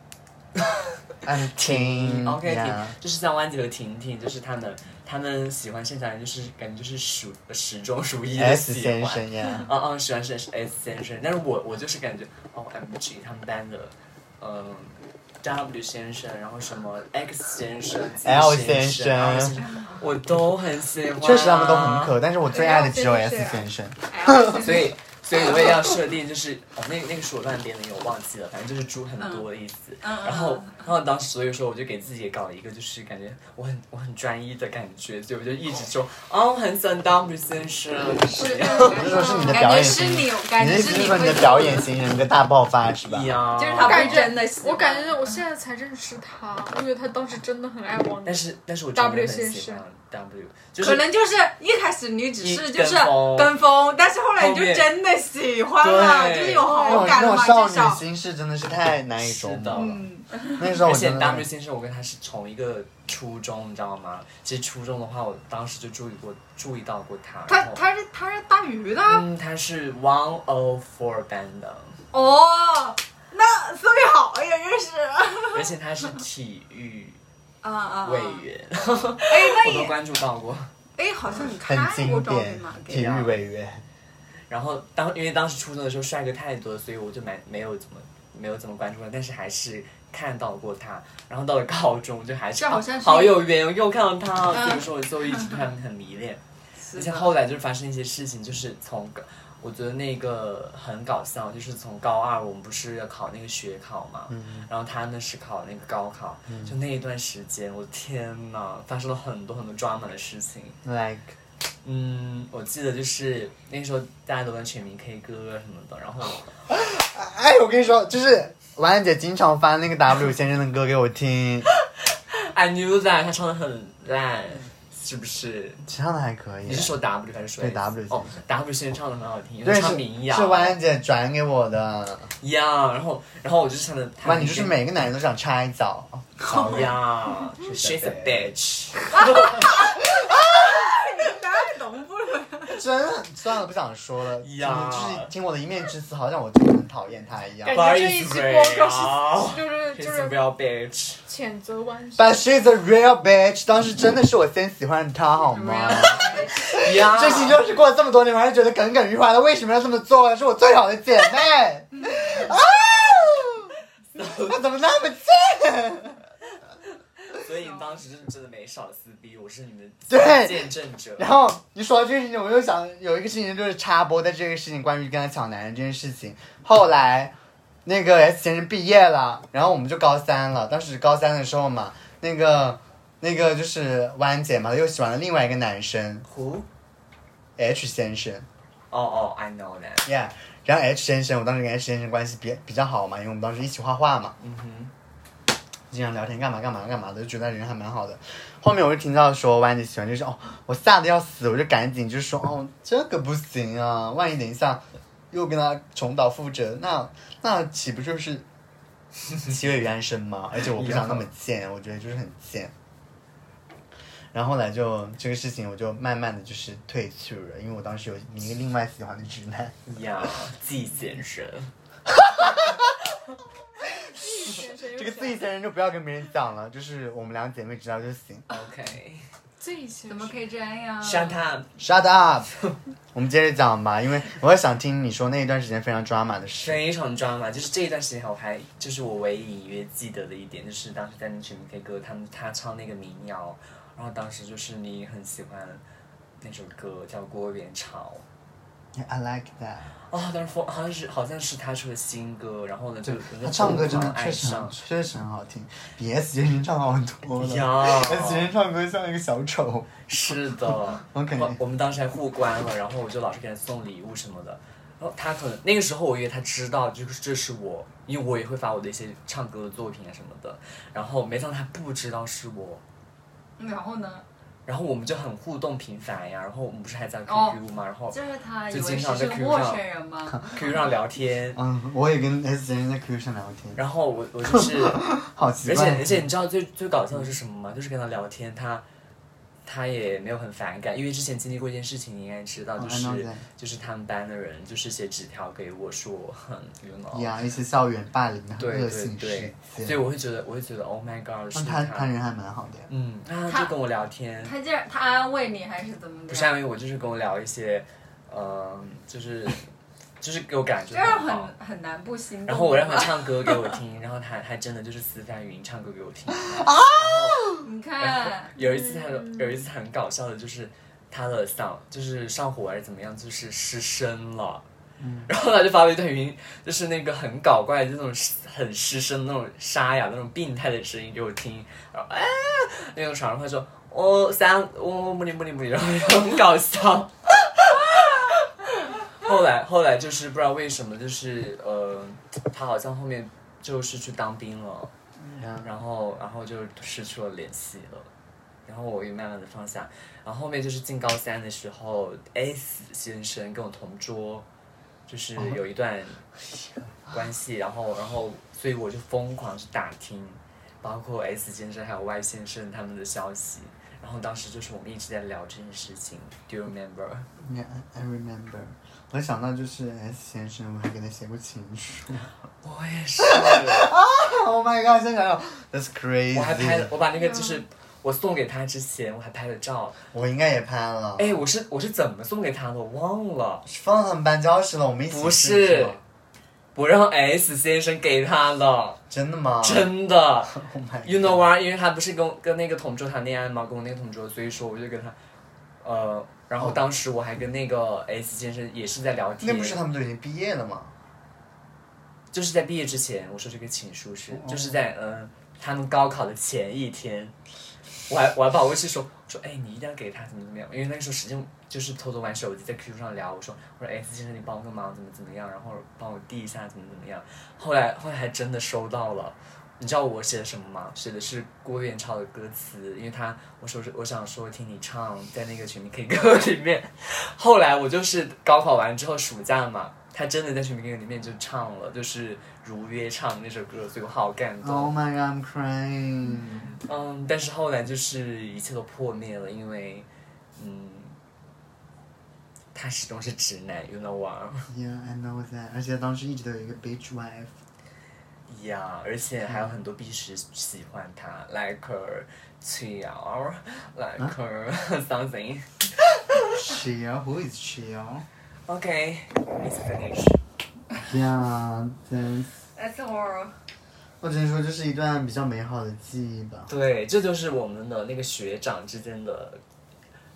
安婷 OK，嗯呀婷就是像湾姐和婷婷，就是他们他们喜欢剩下人，就是感觉就是数始终如一的，S 喜先欢。啊生呀，嗯嗯，喜欢是 S 先生，但是我我就是感觉哦，MG 他们班的，嗯、W 先生，然后什么 X 先生 Z L 先先生 R 生，我都很喜欢、啊确实他们都很。可，但是我最爱的只有哎 S 对先生。 所以，所以我也要设定，就是哦，那那个是我乱编的，因为我忘记了，反正就是猪很嗯多的意思。然后，然后当时所以说，我就给自己也搞了一个，就是感觉我很我很专一的感觉，所以我就一直说，哦，我很喜欢当 w 先生。是，这就是你的感表觉演是型，你，感的觉意思是是你说你的会表演型人格大爆发是吧？呀，就是他我感不觉真的喜欢，我感觉我现在才认识他，我觉得他当时真的很爱我。但是但是我真的很喜欢 W，就是可能就是一开始你只是一就是跟风跟风，但是后来你就后面真的喜欢了，对就是有那好种感那了种嘛，少至女少。心事真的是太难以琢是磨的了。嗯，那时候而我且真的 W 先生，我跟他是从一个初中，你知道吗？其实初中的话，我当时就注意过注意到过他。他然后他是他是大鱼的嗯，他是 One O Four 班的，哦，那所以好也认识 而且他是体育啊啊委员， 哎，那我都也关注到过。哎，好像你很看过经照片典嘛？，给体育委员。然后当因为当时初中的时候帅哥太多，所以我就没没有怎么没有怎么关注他，但是还是看到过他。然后到了高中就还是这好像是好有缘，我又看到他哦，嗯所以说我就一直对他们很迷恋。而是且的后来就是发生一些事情，就是从高我觉得那个很搞笑，就是从高二我们不是要考那个学考嘛，然后他呢是考那个高考，就那一段时间，我天呐，发生了很多很多 drama 的事情。 Like，嗯，我记得就是那时候大家都玩全民 K 歌什么的，然后 哎，我跟你说，就是婉婉姐经常翻那个 W 先生的歌给我听， I knew that 他唱的很烂，嗯是不是？唱的还可以。你是说 W 还是说对 S？ W 哦，W 先生唱的很好听，因为对他是唱民谣是婉婉姐转给我的。一样，然后然后我就唱的，哇，你就是每个男人都想插一脚。好呀，She's a bitch。大家懂不 了。真的，算了，不想说了。你呀就是听我的一面之词，好像我真的很讨厌他一样。感不觉好这意一思期播啊客是就是 就 She's a 是 real bitch。谴责完。 But she's a real bitch。当时真的是我先喜欢他，好吗？呀，这期就是过了这么多年，我还是觉得耿耿于怀了。为什么要这么做啊呢？是我最好的姐妹。啊！他怎么那么贱？所以你当时是真的没少撕逼，我是你们对见证者。然后你说到这个事情，我又想有一个事情就是插播在这个事情，关于跟他抢男人这件事情。后来那个 S 先生毕业了，然后我们就高三了。当时高三的时候嘛，那个那个就是弯姐嘛，又喜欢了另外一个男生 Who？ H 先生哦哦，I know that。 ，Yeah。然后 H 先生，我当时跟 H 先生关系比比较好嘛，因为我们当时一起画画嘛，嗯哼，经常聊天干嘛干嘛干嘛的，就觉得人还蛮好的。后面我就听到说万姐喜欢，就是哦，我吓得要死，我就赶紧就说哦，这个不行啊，万一等一下又跟他重蹈覆辙，那那岂不就是 七月与安生吗？而且我不想那么贱，我觉得就是很贱。然后后来就这个事情，我就慢慢的就是退去了，因为我当时有一个另外喜欢的直男。呀， 季先生，这个自己先生就不要跟别人讲了，就是我们两姐妹知道就行。 OK，这些怎么可以这样？沙滩 Shut up！我们 接着讲吧，因为我也想听你说那一段时间非常 drama 的事。非常抓马，就是这一段时间我还就是我唯一隐约记得的一点，就是当时在那群 K 歌，他们他唱那个民谣，然后当时就是你很喜欢那首歌叫《郭元潮》。 I like that。啊，当时疯，好像是好像是他出的新歌，然后呢就我就他唱歌真的疯狂确爱实很上，确实很好听，比 S 先生唱好多了。 呀， S 先生唱歌像一个小丑。是 的 OK 我我们当时还互关了，然后我就老是给他送礼物什么的。然后他可能那个时候，我以为他知道，就是这是我，因为我也会发我的一些唱歌的作品啊什么的。然后没想到他不知道是我，然后呢？然后我们就很互动频繁呀。然后我们不是还在哦 QQ 吗？然后就是他以就为经是常是在个 Q 陌上生人吗？ QQ 上聊天，嗯，我也跟 S 先生在 QQ 上聊天，然后我我就是。好奇而且怪。而且你知道最最搞笑的是什么吗？就是跟他聊天，他他也没有很反感，因为之前经历过一件事情，你应该知道，哦就，I know 是 that 就是他们班的人就是写纸条给我说， 很 you know，呀，一些校园霸凌的对恶对性事对，所以件。我会觉得我会觉得 oh my god，那是他他人还蛮好的呀。嗯，他他就跟我聊天，他这他安慰你还是怎么不的？是因为我就是跟我聊一些，呃，就是就是给我感觉这样好很。很难不心动。然后我让他唱歌给我听，然后他还真的就是私下语音唱歌给我听。你 然后看，有一次他有一次很搞笑的，就是他的嗓就是上火还是怎么样，就是失声了。 然后他就发了一段语音，就是那个很搞怪，就那种很失声、那种沙哑、那种病态的声音给我听，然后哎，那种床上他说哦三哦木里木里木里， 然后就很搞笑。后来后来就是不知道为什么，就是呃，他好像后面就是去当兵了。嗯然后然后就失去了联系了，然后我也慢慢的放下，然后后面就是进高三的时候，S 先生跟我同桌，就是有一段关系，然后然后所以我就疯狂去打听，包括 S 先生还有 Y 先生他们的消息，然后当时就是我们一直在聊这件事情，Do you remember？ Yeah, I remember。我想到就是 S 先生，我还给他写过情书。 我也是， Oh my god！现在想想，That's crazy。我还拍 了，我把那个就是。我送给他之前，我还拍了照。我应该也拍了。哎，我是我是怎么送给他的？我忘了。放到他们班教室了，我们一起不试是吗，我让 S 先生给他了，真的吗？真的。 Oh my You god know why？因为他不是跟我跟那个同桌谈恋爱吗？跟我那个同桌，所以说我就跟他，呃，然后当时我还跟那个 S 先生也是在聊天，哦那不是他们都已经毕业了吗？就是在毕业之前，我说这个情书是，就是在嗯、呃他们高考的前一天，我还我还跑过去说说，哎，你一定要给他怎么怎么样，因为那个时候使劲就是偷偷玩手机，在 QQ 上聊，我说我说 S 先生，你帮我个忙，怎么怎么样，然后帮我递一下，怎么怎么样。后来后来还真的收到了。你知道我写的什么吗？写的是郭元超的歌词，因为他我说是我想说听你唱，在那个全民 K 歌 里面。后来我就是高考完之后暑假嘛，他真的在全民 K 歌里面就唱了，就是《如约》唱那首歌，所以我好感动。 Oh my god, I'm crying。嗯，但是后来就是一切都破灭了，因为嗯，他始终是直男，you know what？ Yeah, I know that。而且当时一直都有一个 bitch wife。呀，而且还有很多必须喜欢他，like her，去瑶，like her something。 Chill, who is chill? OK，it's finish。 Yeah, that's。 that's all。我只能说这是一段比较美好的记忆吧。对，这就是我们的那个学长之间的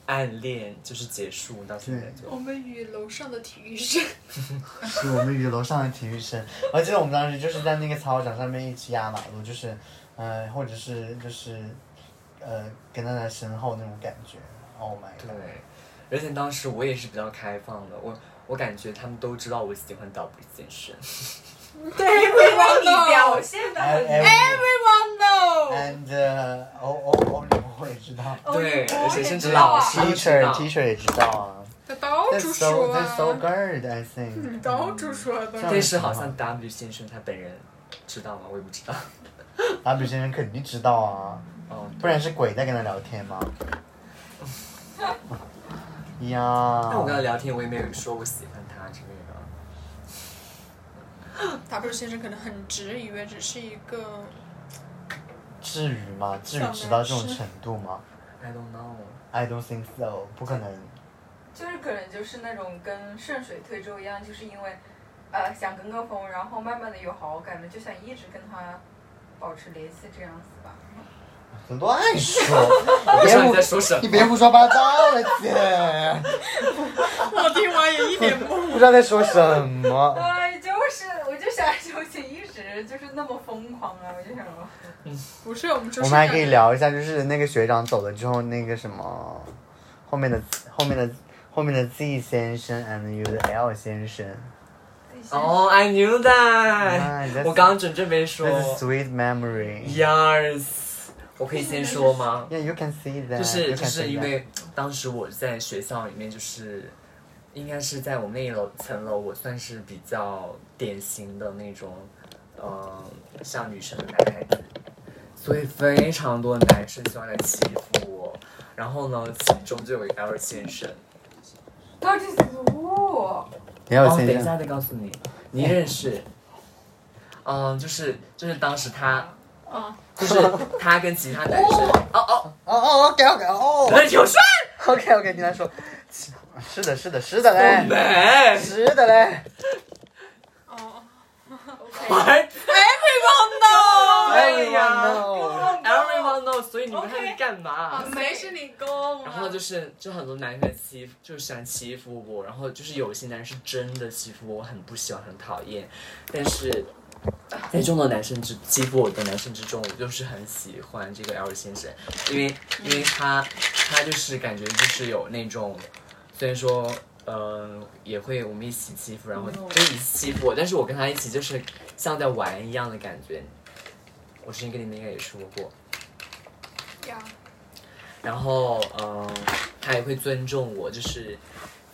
暗恋，就是结束到现在就。我们与楼上的体育生，是我们与楼上的体育生。我记得我们当时就是在那个操场上面一起压马路，就是，呃，或者是就是，呃跟在他身后那种感觉。Oh my 对 god！，而且当时我也是比较开放的，我我感觉他们都知道我喜欢 W 健身，对，因因为你表现哎哎的很 And- everyone know。 and 呃哦哦哦，你们也知道对，而且甚至知道啊老师都知道，teacher teacher 也知道啊。他到 That's 处 so 说 that's so 啊， good, I think. 你到处说的。但是好像 W 先生他本人知道吗？我也不知道。阿比先生肯定知道啊，哦，不然是鬼在跟他聊天吗？ 呀，但啊我跟他聊天，我也没有说我喜欢他之类的。 W 先生可能很直，以为只是一个 至于吗？至于直到这种程度吗 I don't know。 ？I don't think so，不可能。就是可能就是那种跟顺水推舟一样，就是因为，呃，想跟个风，然后慢慢的有好感了，就想一直跟他保持联系这样子吧。乱说， 啊我不知别道你胡在说什你么。别胡说八道了，姐， 我听完也一脸懵。不知道在说什么。哎，就是我就想有请一直就是那么疯狂啊，我就想说，不是，我们就我是们还可以聊一下，就是那个学长走了之后，那个什么，后面的后面的后面的 Z 先生 and you 的 L 先生。自己先哦、i knew Ah, that。 that's- 我刚刚准备没说。 That's a sweet memory. Yes，我可以先说吗？ Yeah, you can see that. 就是就 you can 是 see 因 that. 为当时我在学校里面，就是应该是在我们那一楼层楼，我算是比较典型的那种，嗯、像女生的男孩子，所以非常多的男生喜欢来欺负我。然后呢，其中就有一个 L 先生，到底是我？你要哦，先等一生下再告诉你，你认识。嗯，就是就是当时他，嗯 就是他跟其他男生，哦哦，哦哦，OK OK 哦很有帅， ，OK OK，跟他说，是的，是的，是的嘞，美是的嘞。哦， ，What？对哎呀 Everyone knows. Everyone knows，所以你们还在干嘛没事，你勾然后就是，就很多男生欺负，就喜欢欺负我，然后就是有些男生真的欺负我，我很不喜欢，很讨厌。但是，在众多男生之欺负我的男生之中，我就是很喜欢这个 L 先生，因为因为他他就是感觉就是有那种，虽然说呃也会我们一起欺负，然后就一起欺负我，但是我跟他一起就是像在玩一样的感觉。我之前跟你们应该也说过，呀，然后嗯，他也会尊重我，就是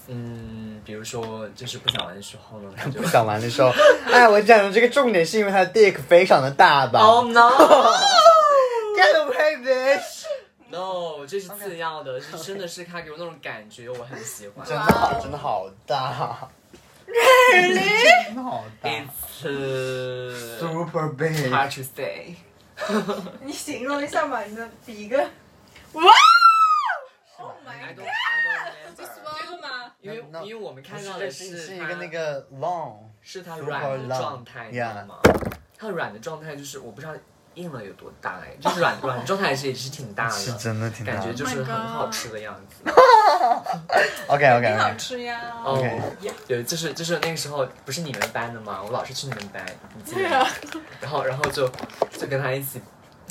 嗯，比如说就是不想玩的时候呢，他就不想玩的时候，哎，我讲的这个重点是因为他的 dick 非常的大吧 Oh no ？Get away, bitch！ no，这是次要的，是真的是他给我那种感觉，我很喜欢。真的好，真的好大，Really？真的好大 It's uh, ，Super big。 hard to say。你形容一下嘛，你的比一个， Oh my god！吗？因为那因为我们不看是到这的是是一他个那个 long，是它 Super 软的 long 状态，你知 yeah 道吗？它软的状态就是我不知道硬了有多大哎，就是软软的状态是也是挺大 的，是真的挺大感的觉就是很 Oh my god 好吃的样子。 OK OK 好 OK，吃呀！哦 OK，对，就是就是那个时候不是你们班的嘛，我老是去你们班，你记得对吗啊？，然后然后就就跟他一起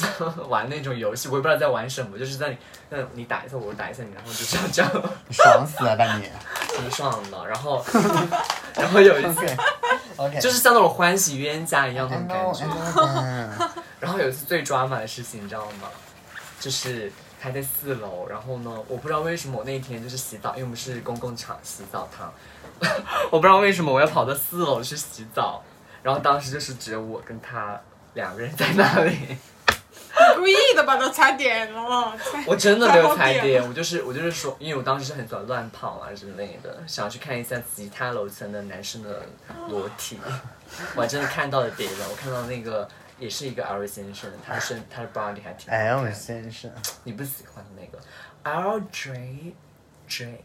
玩那种游戏，我也不知道在玩什么，就是在你那你打一下我，我打一下你，然后就这样这样，爽死了吧 你挺爽的。然后 然后有一次？OK OK，就是像那种欢喜冤家一样那 I 种感 know 觉 I。know that 然后有一次最抓马的事情，你知道吗？就是他在四楼，然后呢，我不知道为什么我那一天就是洗澡，因为我们是公共场洗澡堂， 我不知道为什么我要跑到四楼去洗澡，然后当时就是只有我跟他两个人在那里， 故意的把他踩点了，踩我真的没有踩踩点点，我就是我就是说，因为我当时是很喜欢乱跑啊之类的，想要去看一下其他楼层的男生的裸体，我还真的看到了别人，我看到那个。也是一个 L 先生，他的身他的 body 还挺好看 L 哎先生你不喜欢的那个 L J J。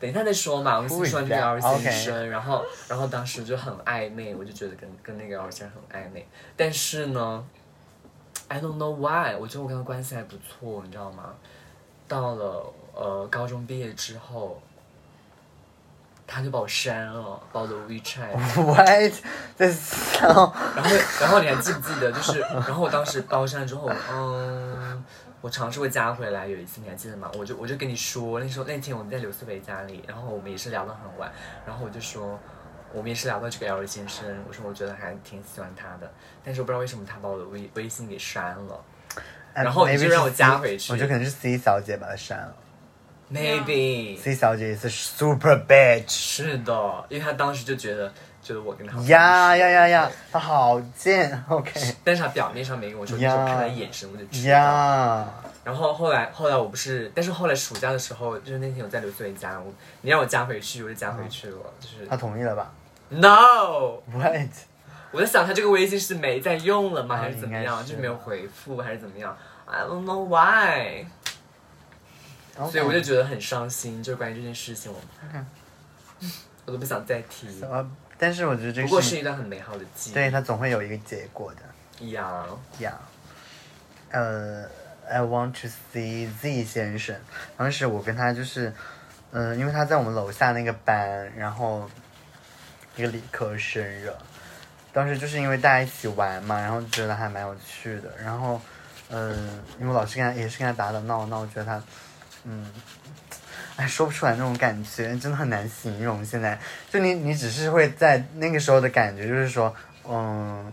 等一下再说嘛，我们先说完这个 L 先生，然后然后当时就很暧昧，我就觉得跟跟那个 L 先生很暧昧，但是呢，I don't know why，我觉得我跟他关系还不错，你知道吗？到了呃高中毕业之后，他就把我删了，把我的 WeChat， What the hell？然后然后你还记不记得？就是然后我当时把我删了之后，嗯，我尝试会加回来。有一次你还记得吗？我就我就跟你说，那时候那天我们在刘思维家里，然后我们也是聊到很晚，然后我就说。我们也是聊到这个 L 先生，我说我觉得还挺喜欢他的，但是我不知道为什么他把我的微微信给删了。 然后你就让我加回去我觉得可能是 C 小姐把她删了。 Maybe C 小姐也是 super bitch，是的，因为他当时就觉得觉得我跟他好呀呀呀呀，她好贱，OK 但是他表面上没跟我说，就是呀我看他眼神我就知道。呀，然后后来后来我不是，但是后来暑假的时候，就是那天我在刘思维家，我你让我加回去，我就加嗯回去了，就是她同意了吧 no， ？What？我在想他这个微信是没在用了吗，还是怎么哦应样，该是就是没有回复还是怎么样，I don't know why，所以我就觉得很伤心，就关于这件事情，我我都不想再提。得，呃但嗯是我觉得这不个过是事一段很美好的记忆。对她总会有一个结果的。呀， Yeah，呃、i want to see Z 先生。当时我跟他就是，嗯、因为他在我们楼下那个班，然后一个理科生热。当时就是因为大家一起玩嘛，然后觉得还蛮有趣的。然后，嗯、因为我老师跟他也是跟他打打闹闹，觉得他，嗯。哎，说不出来那种感觉，真的很难形容。现在就你，你只是会在那个时候的感觉，就是说，嗯，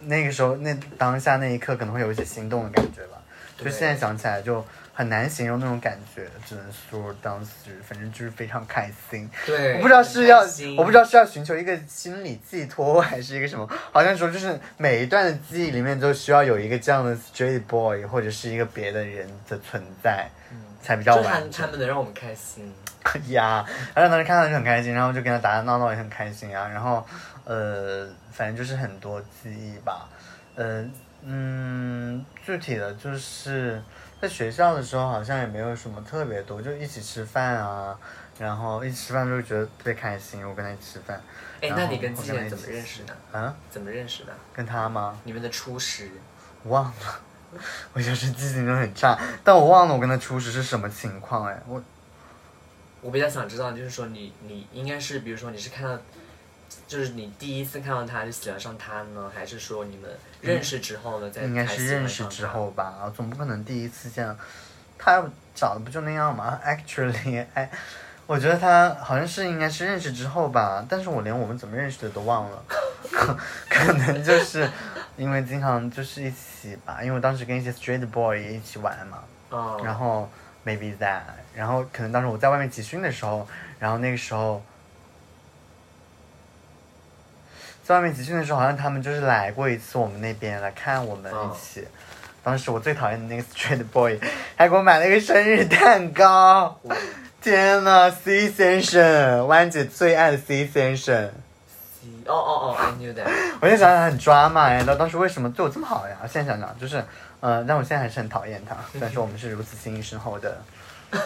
那个时候那当下那一刻可能会有一些心动的感觉吧，就对现在想起来就很难形容那种感觉，只能说当时反正就是非常开心。对，我不知道是要很开心，我不知道是要寻求一个心理寄托，还是一个什么？好像说就是每一段的记忆里面都需要有一个这样的 straight boy 或者是一个别的人的存在，嗯才比较就完他整。他们能让我们开心，呀，然后当时看到就很开心，然后就跟他打打闹闹也很开心啊，然后呃，反正就是很多记忆吧，呃嗯，具体的就是在学校的时候好像也没有什么特别多，就一起吃饭啊，然后一起吃饭就觉得特别开心，我跟他一起吃饭，哎，然后那你跟我纪跟他人一怎么起认识的？啊，怎么认识的？跟他吗？你们的初识？忘了， 我就是记性真的很差，但我忘了我跟他初识是什么情况哎，我我比较想知道，就是说你你应该是，比如说你是看到，就是你第一次看到他就喜欢上他呢，还是说你们认识之后呢，再应该才是喜欢认识上之他后吧，总不可能第一次见到他长得不就那样吗？Actually，哎，我觉得他好像是应该是认识之后吧，但是我连我们怎么认识的都忘了，可能就是因为经常就是一起吧，因为我当时跟一些 straight boy 也一起玩嘛，哦，然后 maybe that，然后可能当时我在外面集训的时候，然后那个时候。在外面集训的时候，好像他们就是来过一次我们那边来看我们一起。当时我最讨厌的那个 straight boy，还 给我买了一个生日蛋糕。天呐 c 先生，弯姐最爱的 C 先生，哦哦哦，I knew that， 我就想想很抓嘛，哎，他当时为什么对我这么好呀？现在想想就是，呃，但我现在还是很讨厌他。虽然说我们是如此情谊深厚的，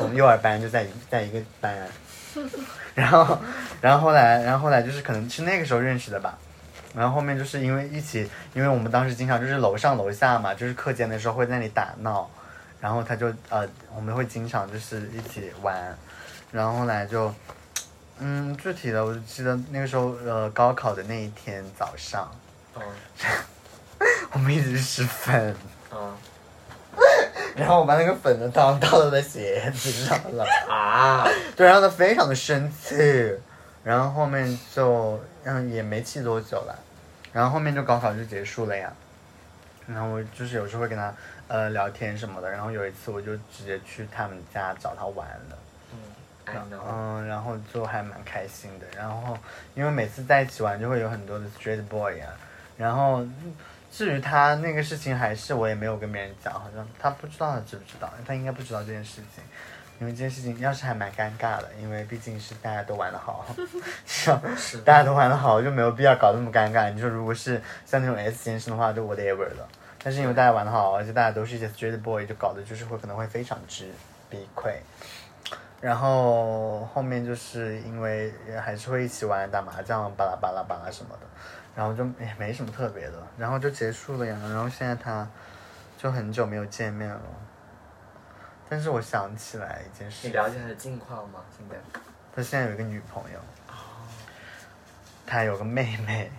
我们幼儿班就在一在一个班，啊然后，然后后来，然后后来就是可能是那个时候认识的吧。然后后面就是因为一起，因为我们当时经常就是楼上楼下嘛，就是课间的时候会在那里打闹，然后他就呃，我们会经常就是一起玩，然后后来就，嗯，具体的我就记得那个时候呃高考的那一天早上，哦我们一直去吃粉，哦然后我把那个粉的汤倒到他鞋子上了，啊，对，然后他非常的生气，然后后面就嗯也没气多久了，然后后面就高考就结束了呀，然后我就是有时候会跟他呃聊天什么的，然后有一次我就直接去他们家找他玩了。嗯，I know，嗯，然后就还蛮开心的。然后因为每次在一起玩就会有很多的 straight boy 啊，然后嗯至于他那个事情还是我也没有跟别人讲，好像他不知道他知不知道，他应该不知道这件事情。因为这件事情要是还蛮尴尬的，因为毕竟是大家都玩的好， 像是大的，家都玩的好就没有必要搞那么尴尬。你说如果是像那种 S 先生的话，就 whatever 了。但是因为大家玩的好，而且大家都是一些 straight boy，就搞得就是会可能会非常之崩溃。然后后面就是因为还是会一起玩打麻将、巴拉巴拉巴拉什么的，然后就也没什么特别的，然后就结束了呀。然后现在他就很久没有见面了，但是我想起来一件事你，了解他的近况吗？现在他现在有一个女朋友，啊，她有个妹妹，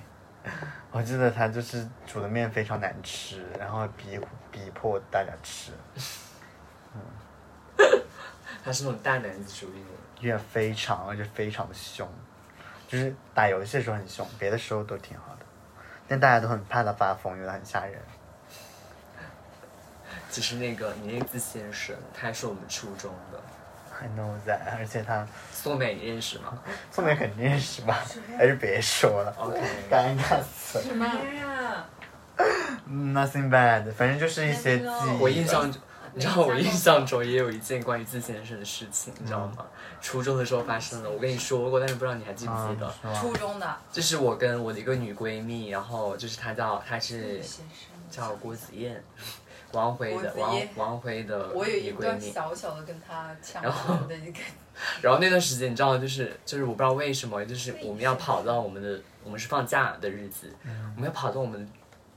我记得她就是煮的面非常难吃，然后逼逼迫大家吃，他是那种大男子主义的。也非常而且非常的凶，就是打游戏的时候很凶，别的时候都挺好的，但大家都很怕她发疯，因为她很吓人。其实那个你那次先生，他还是我们初中的， I know that，而且她苏美你认识吗？宋美肯定认识吧？还是别说了 OK 尴尬死了。什么？呀， Nothing bad，反正就是一些记忆。我印象，你知道我印象中也有一件关于自先生的事情，你知道吗？初中的时候发生的，我跟你说过，但是不知道你还记不啊，记得？是吗初中的就是我跟我的一个女闺蜜，然后就是她叫她是先生，叫郭子燕，王辉的郭王子燕王辉的我有女一闺段蜜。小小的跟他抢然后夺的一个，然后那段时间你知道，就是就是我不知道为什么，就是我们要跑到我们的我们是放假的日子，我们要跑到我们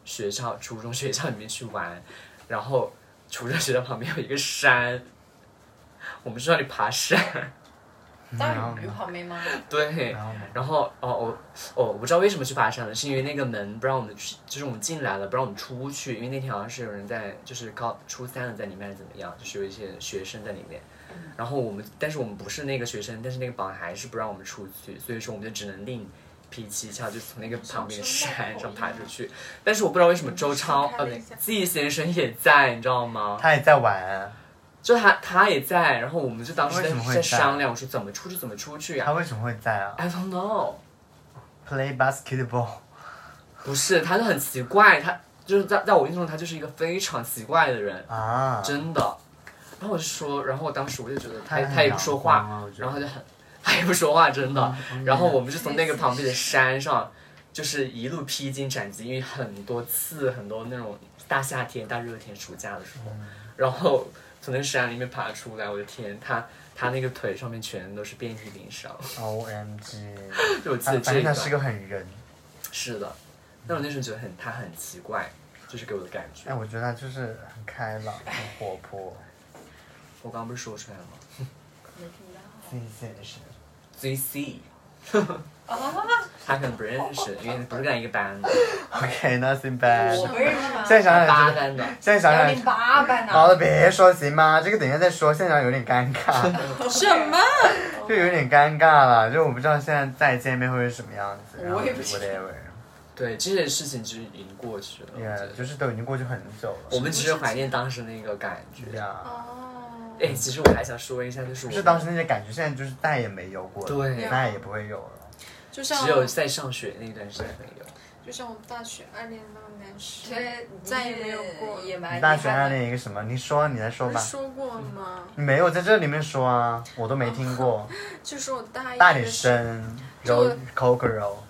学校初中学校里面去玩，然后初中学校旁边有一个山，我们去那里爬山， 在鱼旁边吗？对。然后呢？然后哦，我哦，我不知道为什么去爬山了，是因为那个门不让我们去，就是我们进来了，不让我们出去，因为那天好像是有人在，就是高初三的在里面还是怎么样，就是有一些学生在里面。然后我们，但是我们不是那个学生，但是那个保安还是不让我们出去，所以说我们就只能另辟蹊跷，就从那个旁边的山上爬出去。但是我不知道为什么周超呃，不对，季先生也在，你知道吗？他也在玩，啊就他他也在，然后我们就当时为在什么会在在商量，我说怎么出去怎么出去呀、他为什么会在啊 I don't know。 ？Play basketball，不是，他就很奇怪，他就是在在我印象中，他就是一个非常奇怪的人，啊，真的。然后我就说，然后我当时我就觉得他太他也不说话阳光了啊我，觉得嗯然后他就很 他也不说话，真的。然后我们就从那个旁边的山上，就是一路披荆斩棘，因为很多次很多那种大夏天、大热天、暑假的时嗯候，然后从那个山里面爬出来，我的天，他他那个腿上面全都是遍体鳞伤， O M G，就我记反得这一正他段。是个狠人。是的，但我那时候觉得很他很奇怪，就是给我的感觉哎，。我觉得他就是很开 朗，很活泼，我刚刚不是说出来了吗没听到。自己解释。 ？ZC，啊，他可能不认 识，因为不是跟一个班的， OK，nothing 我 bad。不认识吗？现在想八想就是，班的。现在想幺想零，八班好呐，了，别说行吗？这个等一下再说，现在有点尴 尬，哦什么？就有点尴尬了。就我不知道现在再见面会是什么样子，然后我也不知道 whatever。对，这件事情就是已经过去了。我觉 Yeah，得就是都已经过去很久了。我们只是怀念当时那个感觉。呀，哦哎，其实我还想说一下，就是我就是当时那些感觉，现在就是再也没有过了，对再也不会有了。就像只有在上学那段时间没有。就像我大学暗恋那个男生，对，再也没有过。也哎蛮你遗大憾学暗的。恋一个什么？你说，你来说不是吧。说过了吗？你没有在这里面说啊，我都没听过。就是我大一大点的时候声，柔就 Coco 柔，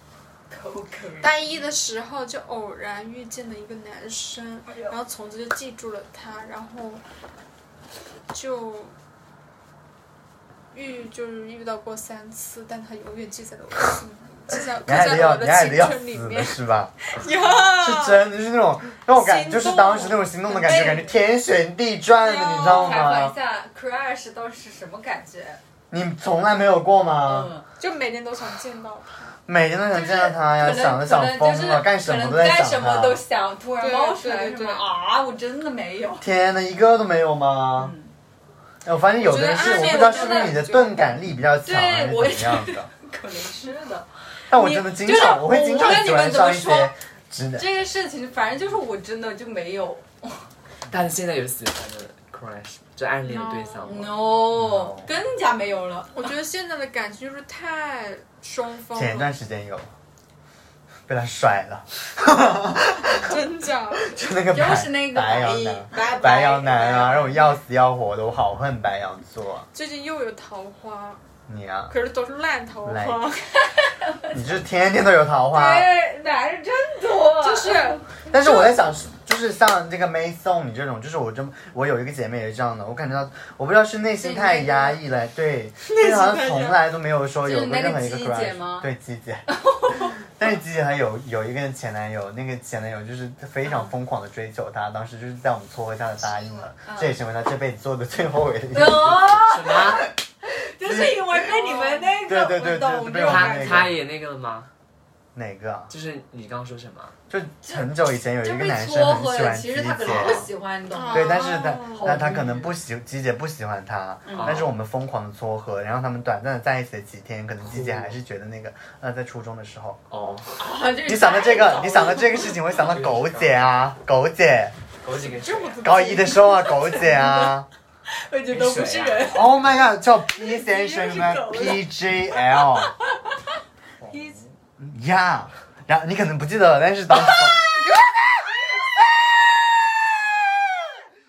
口渴大一的时候就偶然遇见了一个男生，然后从此就记住了他，然后就遇就是遇到过三次，但他永远记在了我心里，记在刻 你爱的在了要我你的爱的青要春里死了 面。是吧？呀是真的，就是那种那种感，心就动是当时那种心动的感觉，对感觉天旋地转的，你知道采访吗哦一？下 crush 都是什么感觉？你从来没有过吗？嗯，就每天都想见到他。每天都想见到他呀，就是想都嗯想可能就疯是了，干什么可都能在干什想么他。都想，突然对冒出来对什么对啊，我真的没有。天哪，一个都没有吗？哎，我发现有的人是，我我觉得不知道是暗恋不是我你真的的钝感力比较强，对还是我怎么样的？可能是的，但我真的经就是常，我会我经常无论喜你欢们怎么上一说些直男。这个事情反正就是我真的就没有但是现在有喜欢的 crush，就暗恋的对象吗？哦，no，更加没有了。我觉得现在的感情就是太双方前一段了，时间有，被他甩了， 真假？就那个白就是那个白白羊男，白嗯白羊男啊，让我要死要活的，我好恨白羊座。最近又有桃花，你啊，可是都是烂桃烂花，你就是天天都有啊桃花，对，哎男人真多，就是但是我在想，就是像这个 May Song 你这种，就是我真，我有一个姐妹也是这样的，我感觉到，我不知道是内心太压抑了， 对，就是好像从来都没有说有过任何一个就是那个鸡姐 crush，吗对鸡姐，但是鸡姐她有有一个前男友，那个前男友就是非常疯狂的追求她，当时就是在我们撮合下的答应了，嗯这也成为她这辈子做的最后悔的一次。哦，什么？就是因为被你们那对个，对对我懂对这被我种们感他那个觉。他也那个了吗？哪个？就是你刚刚说什么？就很久以前有就一个被男生撮很合喜了，欢其吉实姐，他可能不喜欢，你懂吗？对，但是他哦但他可能不喜吉姐不喜欢他，但是我们疯狂撮合，然后他们短暂的在一起了几天，可能吉姐还是觉得那个，呃，在初中的时候，哦，啊你想到这个，你想到这个事情，会想到狗姐啊，狗姐，我几个这么多高一的时候啊，狗姐啊我觉得不是人， ，Oh my god，叫 P 先生什么 PJL，呀，然后你可能不记得了，但是当时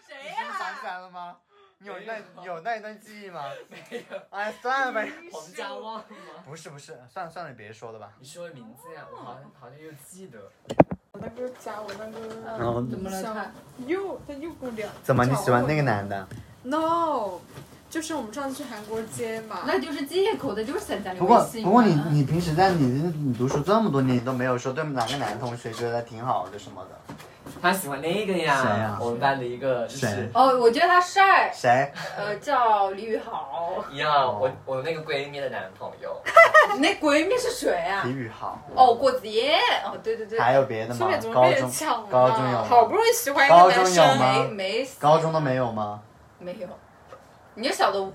谁你是想起啊来了吗？你有那你有那一段记忆吗？没有。哎，算了吧。黄家旺吗？不是不是，算了算了，别说了吧。你说的名字呀，我好像好像又记得。我那个加我那个然后怎么了他？又他又跟我聊，怎么你喜欢那个男的？ ？No，就是我们上次去韩国街嘛，那就是借口的，就是想加你不过微信嘛不过啊你你平时在你你读书这么多年，你都没有说对哪个男同学觉得挺好的什么的。他喜欢那个呀，谁呀我们班的一个就谁是哦，我觉得他帅， 谁？呃，叫李宇豪，一样，啊哦我我那个闺蜜的男朋友，你那闺蜜是谁啊李？宇豪。哦，果子爷，哦，对对对，还有别的吗这边怎？么高被人中抢高中有了？啊吗好不容易喜欢一个男高中有生，吗没没死高中都没有吗？没有，你就晓得我，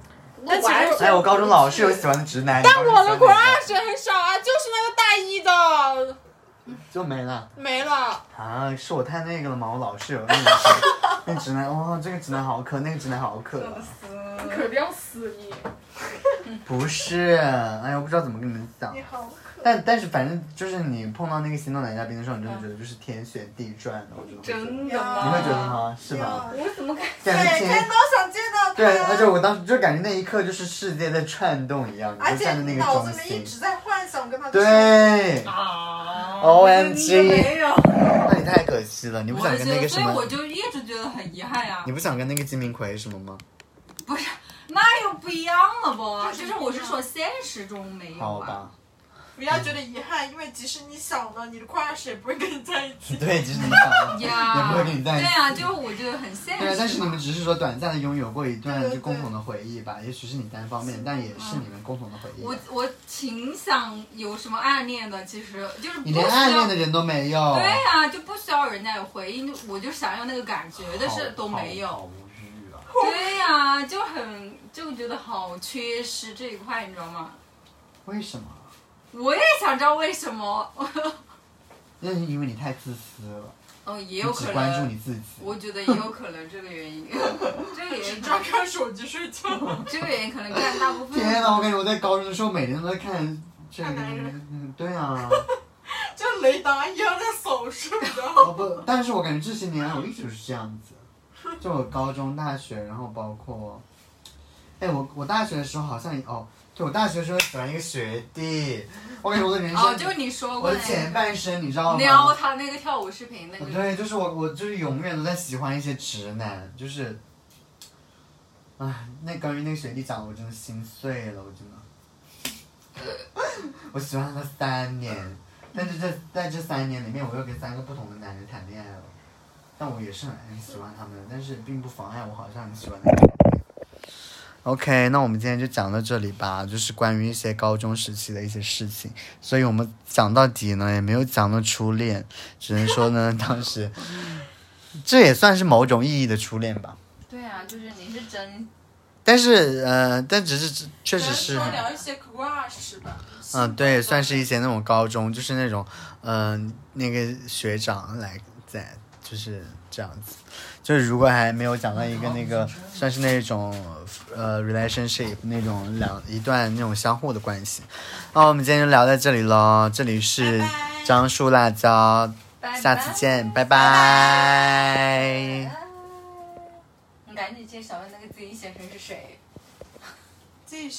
但其实完全哎，我高中老是有喜欢的直男。但我的 crush 很少啊，就是那个大一的就没了没了。啊！是我太那个了吗？我老是有那 个那直男，哇、这个直男好可，那个直男好可。啊可不要死你！不是，哎呀，我不知道怎么跟你们讲。但但是反正就是你碰到那个心动男嘉宾的时候，你真的觉得就是天旋地转的，我觉得。真你的吗？会觉得吗？是吧？我怎么感感觉每天天都想见到他，对，而且我当时就感觉那一刻就是世界在窜动一样，你而就且站在那个脑中子里面一心。直在幻想跟他出现对啊？ ，O M 真的 G，没有，那你太可惜了，你不嗯我想觉跟那得，个什所以么我，就一直觉得很遗憾呀、你不想跟那个金明奎什么吗？那又不一样了不？就是我是说现实中没有好啊。吧， 不要觉得遗憾，因为即使你想了，你的 crush 也不会跟你在一起。对，就是你想，也呀，不会跟你在一对起。呀、就我觉得很 现对，实。但是你们只是说短暂的拥有过一段对就对共同的回忆吧，也许是你单方面，但也是你们共同的回忆吧。嗯我我挺想有什么暗恋的，其实就是不你需连要。暗恋的哦人都没有，对呀、就不需要人家有回应，就我就想要那个感觉，但是都没好好有。无语啊！对呀、就很就觉得好缺失这一块，你知道吗？为什么？我也想知道为什么。那是因为你太自私了，哦，也你有只可关注能你，自己。我觉得也有可能这个原因，这个原因可能，看手机睡觉， 这个原因可能占大部分。天哪！我感觉我在高中的时候每天都在看这个看男人，嗯对啊，就雷达一样在扫射，你知道吗？我不，但是我感觉这些年来我一直都是这样子，就我高中、大学，然后包括，哎，我我大学的时候好像也哦，对我大学的时候喜欢一个学弟，我感觉我的人生，哦，就是你说我过的的前那半生，你知道个撩吗？他那个跳舞视频那个，哦对，就是我，我就是永远都在喜欢一些直男，就是，唉，那关于那个学弟讲的，我真的心碎了，我真的， 我喜欢了他三年，但是这在这三年里面，我又跟三个不同的男人谈恋爱了，但我也是很很喜欢他们的，但是并不妨碍我好像很喜欢他们。OK，那我们今天就讲到这里吧，就是关于一些高中时期的一些事情。所以我们讲到底呢，也没有讲到初恋，只能说呢， 当时这也算是某种意义的初恋吧。对啊，就是你是真但是呃，但只是确实是，多聊一些 crush 吧。嗯、对，算是一些那种高中，就是那种嗯、那个学长来在，就是这样子。就是如果还没有讲到一个那个算是那种呃 relationship 那种两一段那种相互的关系，那我们今天就聊到这里喽。这里是樟树辣椒，下次见，拜拜你赶紧介绍那个 Z 先生是谁。这些。